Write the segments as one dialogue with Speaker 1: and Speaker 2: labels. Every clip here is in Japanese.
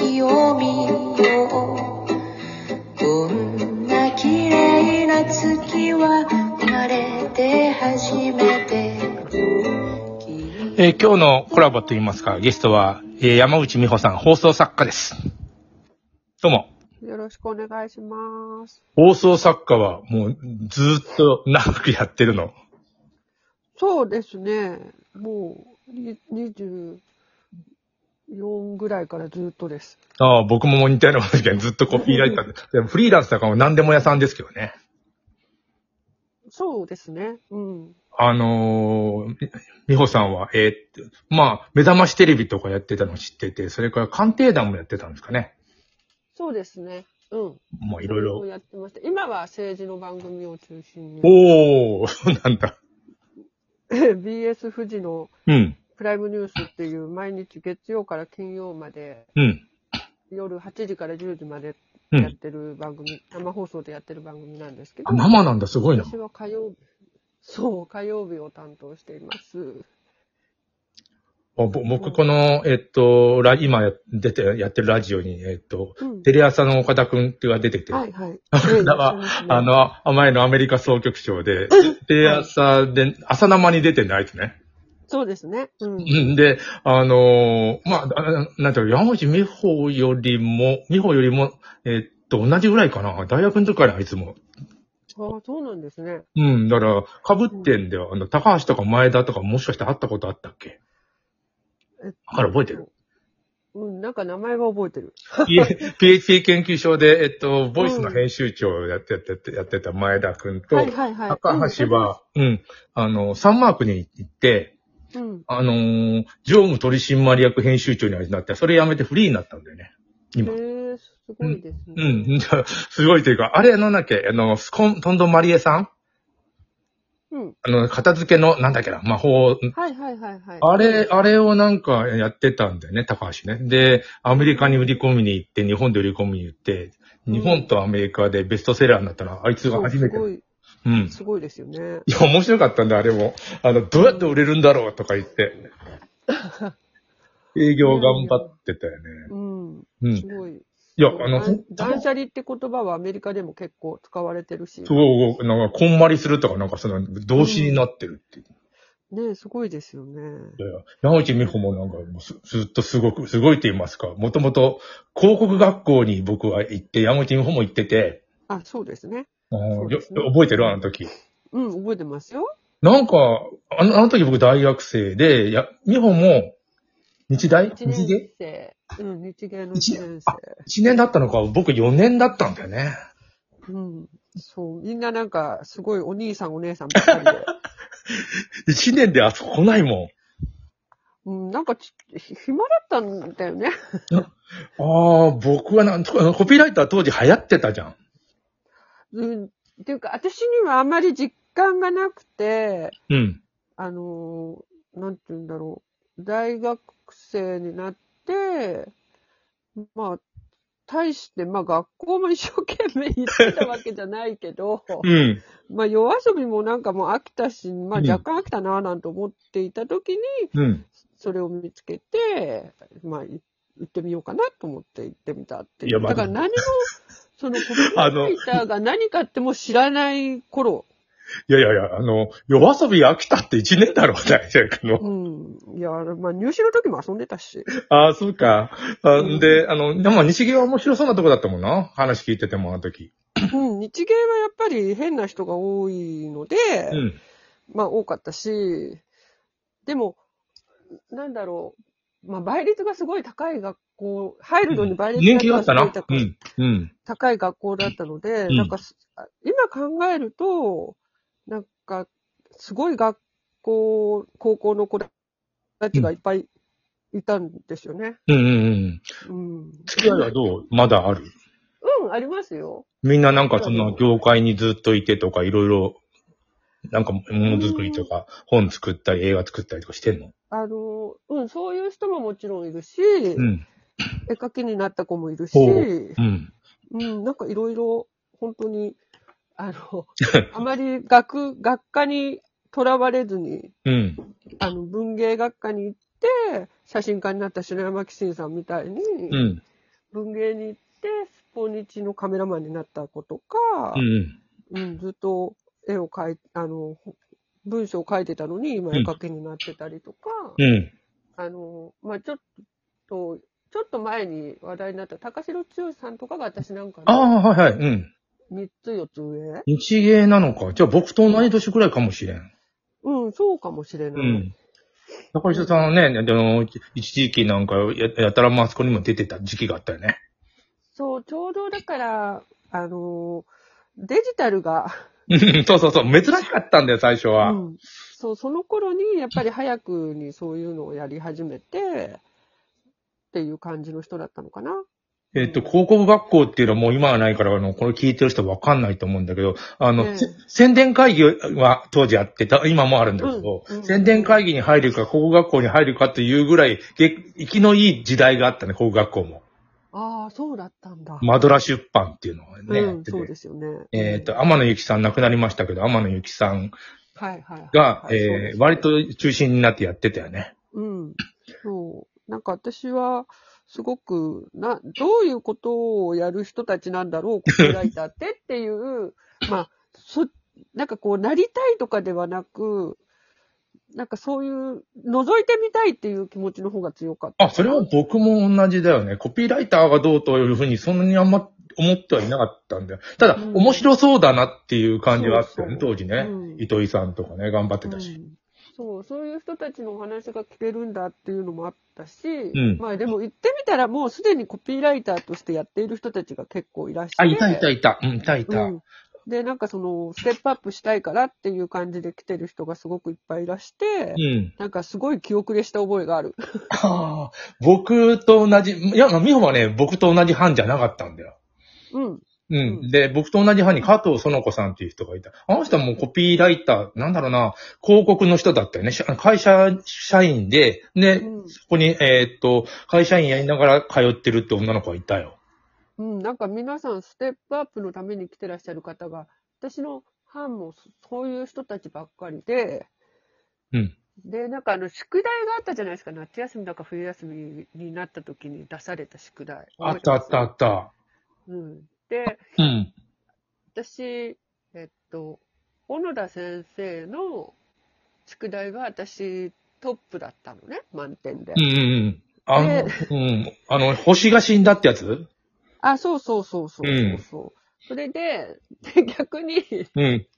Speaker 1: 見ようこんな綺麗な月は生まれて初めて
Speaker 2: えー今日のコラボといいますか、ゲストは、えー山内美穂さん、放送作家です。どうも。
Speaker 3: よろしくお願いします。
Speaker 2: 放送作家はもうずーっと長くやってるの。
Speaker 3: そうですね。もう、に24ぐらいからずっとです。
Speaker 2: ああ、僕も似たようなことでずっとコピーライターで。 でもフリーランスだから何でも屋さんですけどね。
Speaker 3: そうですね。うん。
Speaker 2: あのー、み美穂さんは、えーってまあ、目覚ましテレビとかやってたの知ってて、それから鑑定団もやってたんですかね。
Speaker 3: そうですね。うん。
Speaker 2: もういろい
Speaker 3: そ
Speaker 2: ろ
Speaker 3: う。やってました。今は政治の番組を中心に。
Speaker 2: おー、そう なんだ。
Speaker 3: BS 富士の
Speaker 2: うん、
Speaker 3: プライムニュースっていう毎日月曜から金曜まで
Speaker 2: うん、
Speaker 3: 夜8時から10時まで
Speaker 2: う
Speaker 3: やっ
Speaker 2: ん。
Speaker 3: てる番組、生放送でやってる番組なんですけど
Speaker 2: あ、。生なんだ、すごいな。
Speaker 3: 私は火曜日、そう、火曜日を担当しています。
Speaker 2: ぼ僕、この、えっと、ラ今や出て、やってるラジオに、えっと、
Speaker 3: うん
Speaker 2: テレ朝の岡田くんっていうのが出てきて、
Speaker 3: はいはい。
Speaker 2: だは
Speaker 3: ねいらっしゃいますね
Speaker 2: あの、前のアメリカ総局長で、テレ朝で、朝生に出てないですね。
Speaker 3: そうですね。うん。
Speaker 2: うんで、あのーまああ、なんていうか、山口美穂よりも、美穂よりも、えっと、同じぐらいかな。大学の時からいつも。
Speaker 3: ああ、そうなんですね。
Speaker 2: うん、だから、被ってんだよ。あの、高橋とか前田とかもしかして会ったことあったっけ
Speaker 3: えっと
Speaker 2: あら、覚えてる
Speaker 3: うん、なんか名前は覚えてる。
Speaker 2: いえ PHP 研究所で、えっと、ボイスの編集長をやってやってやってた前田くんと、
Speaker 3: はいはいはい。
Speaker 2: 高橋は、うん、あの、サンマークに行って、
Speaker 3: うん、
Speaker 2: あのー常務取締役編集長になって、それ辞めてフリーになったんだよね。
Speaker 3: うん。
Speaker 2: 今。
Speaker 3: へえ、すごいですね。
Speaker 2: うん、じゃあすごいというか、あれなんだっけ、あの、スコン、トンドマリエさん
Speaker 3: うん。
Speaker 2: あの、片付けの、なんだっけな、魔法、
Speaker 3: はいはいはいはい。
Speaker 2: あれ、あれをなんかやってたんだよね、高橋ね。で、アメリカに売り込みに行って、日本で売り込みに行って、日本とアメリカでベストセラーになったら、あいつが
Speaker 3: そう
Speaker 2: 初めて
Speaker 3: す。ごい、
Speaker 2: うん。
Speaker 3: すごいですよね。
Speaker 2: いや、面白かったんだ、あれも。あの、どうやって売れるんだろうとか言っ て。営業頑張ってたよね。
Speaker 3: うん。
Speaker 2: うん。
Speaker 3: す
Speaker 2: い
Speaker 3: ごい。い
Speaker 2: や、あの、
Speaker 3: 断捨離って言葉はアメリカでも結構使われてるし。
Speaker 2: すごい、なんか、こんまりするとか、なんか、その、動詞になってるっていう。
Speaker 3: ねえすごいですよね。
Speaker 2: いや山内美穂もなんかもうす、ずっとすごく、すごいと言いますか、もともと広告学校に僕は行って、山内美穂も行ってて、
Speaker 3: あ、そうですね。
Speaker 2: あの
Speaker 3: そうですね
Speaker 2: よ覚えてるあの時。
Speaker 3: うん、覚えてますよ。
Speaker 2: なんか、あのあの時僕大学生で、いや、美穂も、日大
Speaker 3: 一
Speaker 2: 日芸
Speaker 3: 年生。うん、日芸の一年生。
Speaker 2: ?1 年だったのか、僕4年だったんだよね。
Speaker 3: うん。そう、みんななんか、すごいお兄さんお姉さんばっかりで。
Speaker 2: 1年であそこ来ないも
Speaker 3: うん、なんかち、ひ暇だったんだよね。
Speaker 2: ん。ああ、僕はなんと、コピーライター当時流行ってたじゃん。
Speaker 3: うん。っていうか、私にはあまり実感がなくて、
Speaker 2: うん。
Speaker 3: あのーなんて言うんだろう。大学生になって、まあ、対して、まあ学校も一生懸命行ってたわけじゃないけど、
Speaker 2: うん。
Speaker 3: まあ夜遊びもなんかもう飽きたし、まあ
Speaker 2: うん
Speaker 3: 若干飽きたなぁなんて思っていた時に、
Speaker 2: うん。
Speaker 3: それを見つけて、まあ、い行ってみようかなと思って行ってみたっていう。
Speaker 2: いやまあ
Speaker 3: だから何も、その、コピ
Speaker 2: あ
Speaker 3: ー
Speaker 2: の
Speaker 3: ライターが何かっても知らない頃、
Speaker 2: いやいやいや、あの、夜遊び飽きたって1年だろ、 大学の。
Speaker 3: うん。いや、まあ、入試の時も遊んで たし。
Speaker 2: ああ、そうか。あ
Speaker 3: うん
Speaker 2: で、あの、でも西木は面白そうなとこだったもんな。話聞いてても、あの時。
Speaker 3: うん。日芸はやっぱり変な人が多いので、
Speaker 2: うん。
Speaker 3: まあ、多かったし、でも、なんだろう。まあ、倍率がすごい高い学校、入るのに倍率
Speaker 2: 人気があった
Speaker 3: す
Speaker 2: な
Speaker 3: ごい高。
Speaker 2: う
Speaker 3: い
Speaker 2: ん。うん。
Speaker 3: 高い学校だったので、
Speaker 2: うん
Speaker 3: なんかす、あ今考えると、なんか、すごい学校、高校の子たちがいっぱいいたんですよね。
Speaker 2: うんうんうん。
Speaker 3: うん。うん、
Speaker 2: 付き合いはどうまだある
Speaker 3: ありますよ。
Speaker 2: みんななんかその業界にずっといてとか、いろいろ、なんかものづくりとか、本作ったり、映画作ったりとかしてんの
Speaker 3: あの、うん、そういう人ももちろんいるし、
Speaker 2: うん。
Speaker 3: 絵描きになった子もいるし、
Speaker 2: ほ
Speaker 3: う
Speaker 2: うん。
Speaker 3: ん、なんかいろいろ、本当に、あの、あまり学、学科にとらわれずに、
Speaker 2: うん。
Speaker 3: あの、文芸学科に行って、写真家になった篠山紀信さんみたいに、
Speaker 2: うん。
Speaker 3: 文芸に行って、スポニチのカメラマンになった子とか
Speaker 2: う、ん。
Speaker 3: うん、ずっと絵を描い、あの、文章を書いてたのに、今絵描きになってたりとか、
Speaker 2: うん。
Speaker 3: あの、まあ、ちょっと、ちょっと前に話題になった高城剛さんとかが私なんか
Speaker 2: ああー、
Speaker 3: の、
Speaker 2: はいはい。うん。
Speaker 3: 3つ4つ上
Speaker 2: 日芸なのか。じゃあ僕と同い年くらいかもしれん。
Speaker 3: うん、そうかもしれ
Speaker 2: う
Speaker 3: ない。
Speaker 2: ん。中西さんはね、あの、一時期なんかや、やたらまあそこにも出てた時期があったよね。
Speaker 3: そう、ちょうどだから、あの、デジタルが、
Speaker 2: うんそうそうそう。珍しかったんだよ、最初は。
Speaker 3: うん、そう、その頃にやっぱり早くにそういうのをやり始めて、っていう感じの人だったのかな。
Speaker 2: えっと、広告学校っていうのはもう今はないから、あの、これ聞いてる人わかんないと思うんだけど、あの、
Speaker 3: ええ
Speaker 2: せ宣伝会議は当時やってた、今もあるんだけど、
Speaker 3: うんうん
Speaker 2: 宣伝会議に入るか、広告学校に入るかっていうぐらい、げ生きのいい時代があったね、広告学校も。
Speaker 3: ああ、そうだったんだ。
Speaker 2: マドラ出版っていうのをね、
Speaker 3: う
Speaker 2: やっ
Speaker 3: ん、
Speaker 2: て
Speaker 3: そう
Speaker 2: て。
Speaker 3: ですよね。
Speaker 2: えっ、と、天野ゆきさん亡くなりましたけど、天野ゆきさん
Speaker 3: うん、はいはいはい、
Speaker 2: が、
Speaker 3: はいそうで
Speaker 2: え
Speaker 3: す
Speaker 2: ー
Speaker 3: ね
Speaker 2: 割と中心になってやってたよね。
Speaker 3: うん。そう。なんか私は、すごく、な、どういうことをやる人たちなんだろう、コピーライターってって いう、まあ、そ、なんかこう、なりたいとかではなく、なんかそういう、覗いてみたいっていう気持ちの方が強かった。
Speaker 2: あ、それは僕も同じだよね。コピーライターがどうというふうにそんなにあんま思ってはいなかったんだよ。ただ、
Speaker 3: うん
Speaker 2: 面白そうだなっていう感じはあったよね、
Speaker 3: そうそう
Speaker 2: 当時ね、
Speaker 3: うん
Speaker 2: 糸井さんとかね、頑張ってた
Speaker 3: う
Speaker 2: し。
Speaker 3: んそう、そういう人たちのお話が聞けるんだっていうのもあったし、
Speaker 2: ん
Speaker 3: まあでも行ってみたらもうすでにコピーライターとしてやっている人たちが結構いらっしゃ
Speaker 2: あ、
Speaker 3: る。
Speaker 2: いたいたいた。うん、いたいた。
Speaker 3: うん、で、なんかその、ステップアップしたいからっていう感じで来てる人がすごくいっぱいいらして、
Speaker 2: うん。
Speaker 3: なんかすごい気遅れした覚えがある。
Speaker 2: ああ、僕と同じ、いや、美穂はね、僕と同じ班じゃなかったんだよ。
Speaker 3: うん。
Speaker 2: う
Speaker 3: うん
Speaker 2: ん。で、僕と同じ班に加藤園子さんっていう人がいた。あの人はもうコピーライター、なんだろうな、広告の人だったよね。し会社社員で、ね、
Speaker 3: うん
Speaker 2: そこに、えーっと、会社員やりながら通ってるって女の子がいたよ。
Speaker 3: うん、なんか皆さんステップアップのために来てらっしゃる方が、私の班もそそういう人たちばっかりで、
Speaker 2: うん。
Speaker 3: で、なんかあの、宿題があったじゃないですか。夏休みだか冬休みになった時に出された宿題。
Speaker 2: あったあったあ
Speaker 3: 覚
Speaker 2: った。
Speaker 3: えてます。うん。で、
Speaker 2: うん。
Speaker 3: 私、えっと、小野田先生の宿題が私トップだったのね、満点で
Speaker 2: うん。うんうん。あの、
Speaker 3: ね
Speaker 2: うん。あの、星が死んだってやつ
Speaker 3: あ、そうそうそうそうそうそう。それで、で逆に、
Speaker 2: うん。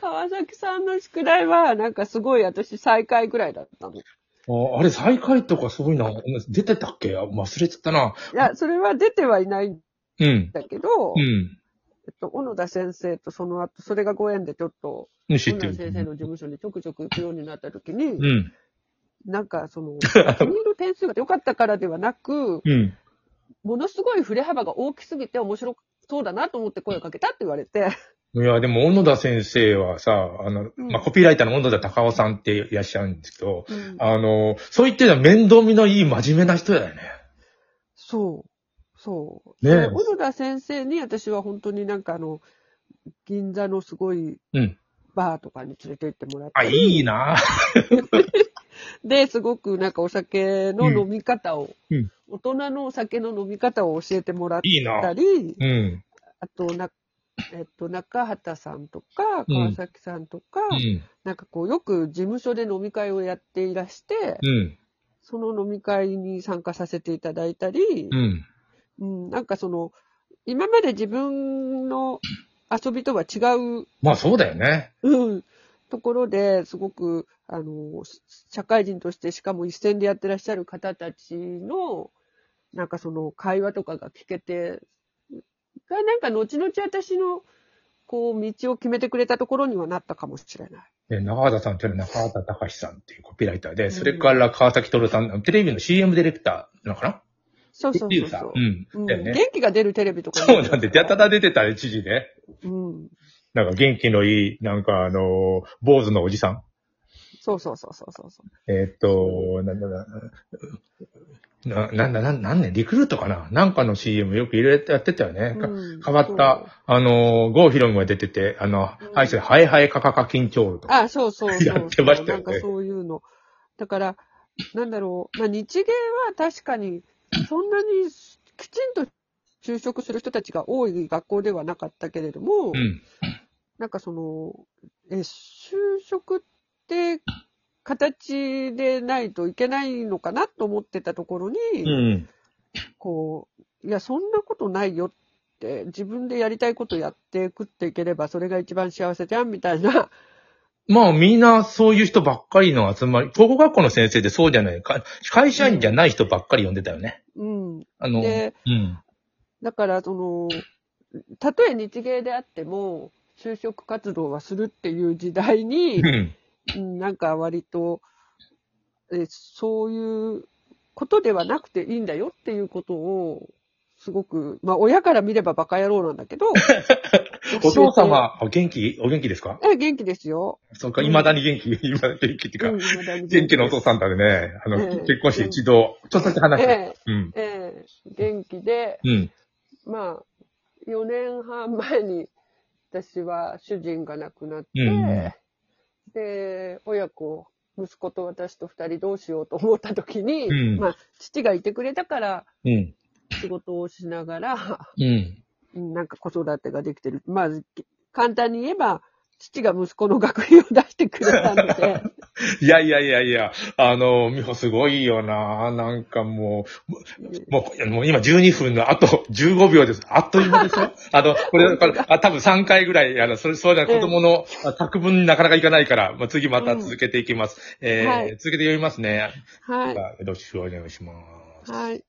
Speaker 3: 川崎さんの宿題は、なんかすごい私最下位ぐらいだったの。い
Speaker 2: ああれ、最下位とかすごいな。出てたっけあ忘れてたな。
Speaker 3: や、それは出てはいないん
Speaker 2: うん。
Speaker 3: だけ
Speaker 2: う
Speaker 3: ど、え
Speaker 2: ん。
Speaker 3: っと、小野田先生とその後、それがご縁でちょっと、
Speaker 2: うん知っ
Speaker 3: 小野
Speaker 2: て
Speaker 3: 田
Speaker 2: る。
Speaker 3: 先生の事務所にちょくちょく行くようになった時に、
Speaker 2: うん。
Speaker 3: なん かその、君の点数が良かったからではなく、
Speaker 2: うん。
Speaker 3: ものすごい振れ幅が大きすぎて面白そうだなと思って声をかけたって言われて、
Speaker 2: いや、でも、小野田先生はさ、あの、
Speaker 3: うん
Speaker 2: まあ、コピーライターの小野田隆夫さんっていらっしゃるんですけど、あの、そう言ってた面倒見のいい真面目な人だよね。
Speaker 3: そう、そう。
Speaker 2: ねえ
Speaker 3: で小野田先生に私は本当になんかあの、銀座のすごい
Speaker 2: うん。
Speaker 3: バーとかに連れて行ってもらって、
Speaker 2: あ、いいな
Speaker 3: で、すごくなんかお酒の飲み方を、
Speaker 2: うんうん
Speaker 3: 大人のお酒の飲み方を教えてもらっ
Speaker 2: いい
Speaker 3: た
Speaker 2: な
Speaker 3: り、
Speaker 2: うん。
Speaker 3: あとな、えっと、中畑さんとか、
Speaker 2: うん
Speaker 3: 川崎さんとか、
Speaker 2: うん。
Speaker 3: なんかこう、よく事務所で飲み会をやっていらして、
Speaker 2: うん。
Speaker 3: その飲み会に参加させていただいたり
Speaker 2: う、ん。
Speaker 3: うん、なんかその、今まで自分の遊びとは違う、
Speaker 2: まあ、そうだよね。
Speaker 3: うん、ところですごく、あの、し社会人としてしかも一線でやってらっしゃる方たちの、なんかその会話とかが聞けて、がなんか後々私の、こう、道を決めてくれたところにはなったかもしれない。
Speaker 2: で、中畑さんというのは中畑隆さんっていうコピーライターで、
Speaker 3: ん
Speaker 2: それから川崎徹さん、テレビの CM ディレクターなのかな
Speaker 3: そうそう
Speaker 2: ディレ
Speaker 3: そう
Speaker 2: クタ
Speaker 3: そ
Speaker 2: ー
Speaker 3: う。
Speaker 2: うん。
Speaker 3: うん
Speaker 2: だよね。
Speaker 3: 元気が出るテレビとか。
Speaker 2: そうなんで、やたら出てたね、知事ね。
Speaker 3: うん。
Speaker 2: なんか元気のいい、なんかあのー、坊主のおじさん。
Speaker 3: そうそうそうそうそうそう。
Speaker 2: えーっと、なんだな、な、なんだ、なんなんね、リクルートかななんかの CM よく入れてやってたよね。か
Speaker 3: うん
Speaker 2: 変わった、あのー、郷ひろみが出てて、あの
Speaker 3: うん、
Speaker 2: はい、それ、ハイハイカカカ緊張とか。
Speaker 3: あ、そうそうそうそう。
Speaker 2: やってましたよね
Speaker 3: なんかそういうの。だから、なんだろう。まあ、日芸は確かに、そんなにきちんと就職する人たちが多い学校ではなかったけれども、
Speaker 2: うん。
Speaker 3: なんかその、え、就職って形でないといけないのかなと思ってたところに、
Speaker 2: うん。
Speaker 3: こう、いや、そんなことないよって、自分でやりたいことやって食っていければ、それが一番幸せじゃん、みたいな。
Speaker 2: まあみんなそういう人ばっかりの集まり、高校学校の先生でそうじゃない、か会社員じゃない人ばっかり呼んでたよね。
Speaker 3: うん。
Speaker 2: あの、
Speaker 3: で、
Speaker 2: うん。
Speaker 3: だから、その、たとえ日芸であっても、就職活動はするっていう時代に
Speaker 2: う、ん。、
Speaker 3: うんなんか割と、えそういうことではなくていいんだよっていうことを、すごく、まあ親から見ればバカ野郎なんだけど
Speaker 2: お父様、あ元気お元気ですか
Speaker 3: 教えて。え、元気ですよ。
Speaker 2: そうか、
Speaker 3: うん
Speaker 2: 未だに元気、 未だに元気っていうか、元
Speaker 3: 元
Speaker 2: 気のお父さんだでね、あの、
Speaker 3: ええ
Speaker 2: 結婚して一度、ちょっとだけ話して、
Speaker 3: ええ、
Speaker 2: うん。
Speaker 3: ええ、元気で、
Speaker 2: うん。
Speaker 3: まあ、4年半前に私は主人が亡くなって、
Speaker 2: うん
Speaker 3: で、親子、息子と私と2人どうしようと思った時に、
Speaker 2: うん
Speaker 3: まあ、父がいてくれたから
Speaker 2: うん。
Speaker 3: 仕事をしながら、
Speaker 2: うん。
Speaker 3: うんなんか子育てができてる。まあ、簡単に言えば、父が息子の学費を出してくれたの で、
Speaker 2: いやいやいやいや、あの、美穂すごいよななんかもう、もう、もう今12分のあと15秒です。あっという間でしょ あの、これ、これあ多分3回ぐらい、あの、それ、そうじゃない
Speaker 3: ええ
Speaker 2: 子供のあ作文になかなかいかないから、まあ、次また
Speaker 3: うん
Speaker 2: 続けていきます。えー
Speaker 3: は
Speaker 2: 続け
Speaker 3: い
Speaker 2: て読みますね。
Speaker 3: はい。
Speaker 2: よろしくお願いします。
Speaker 3: はい。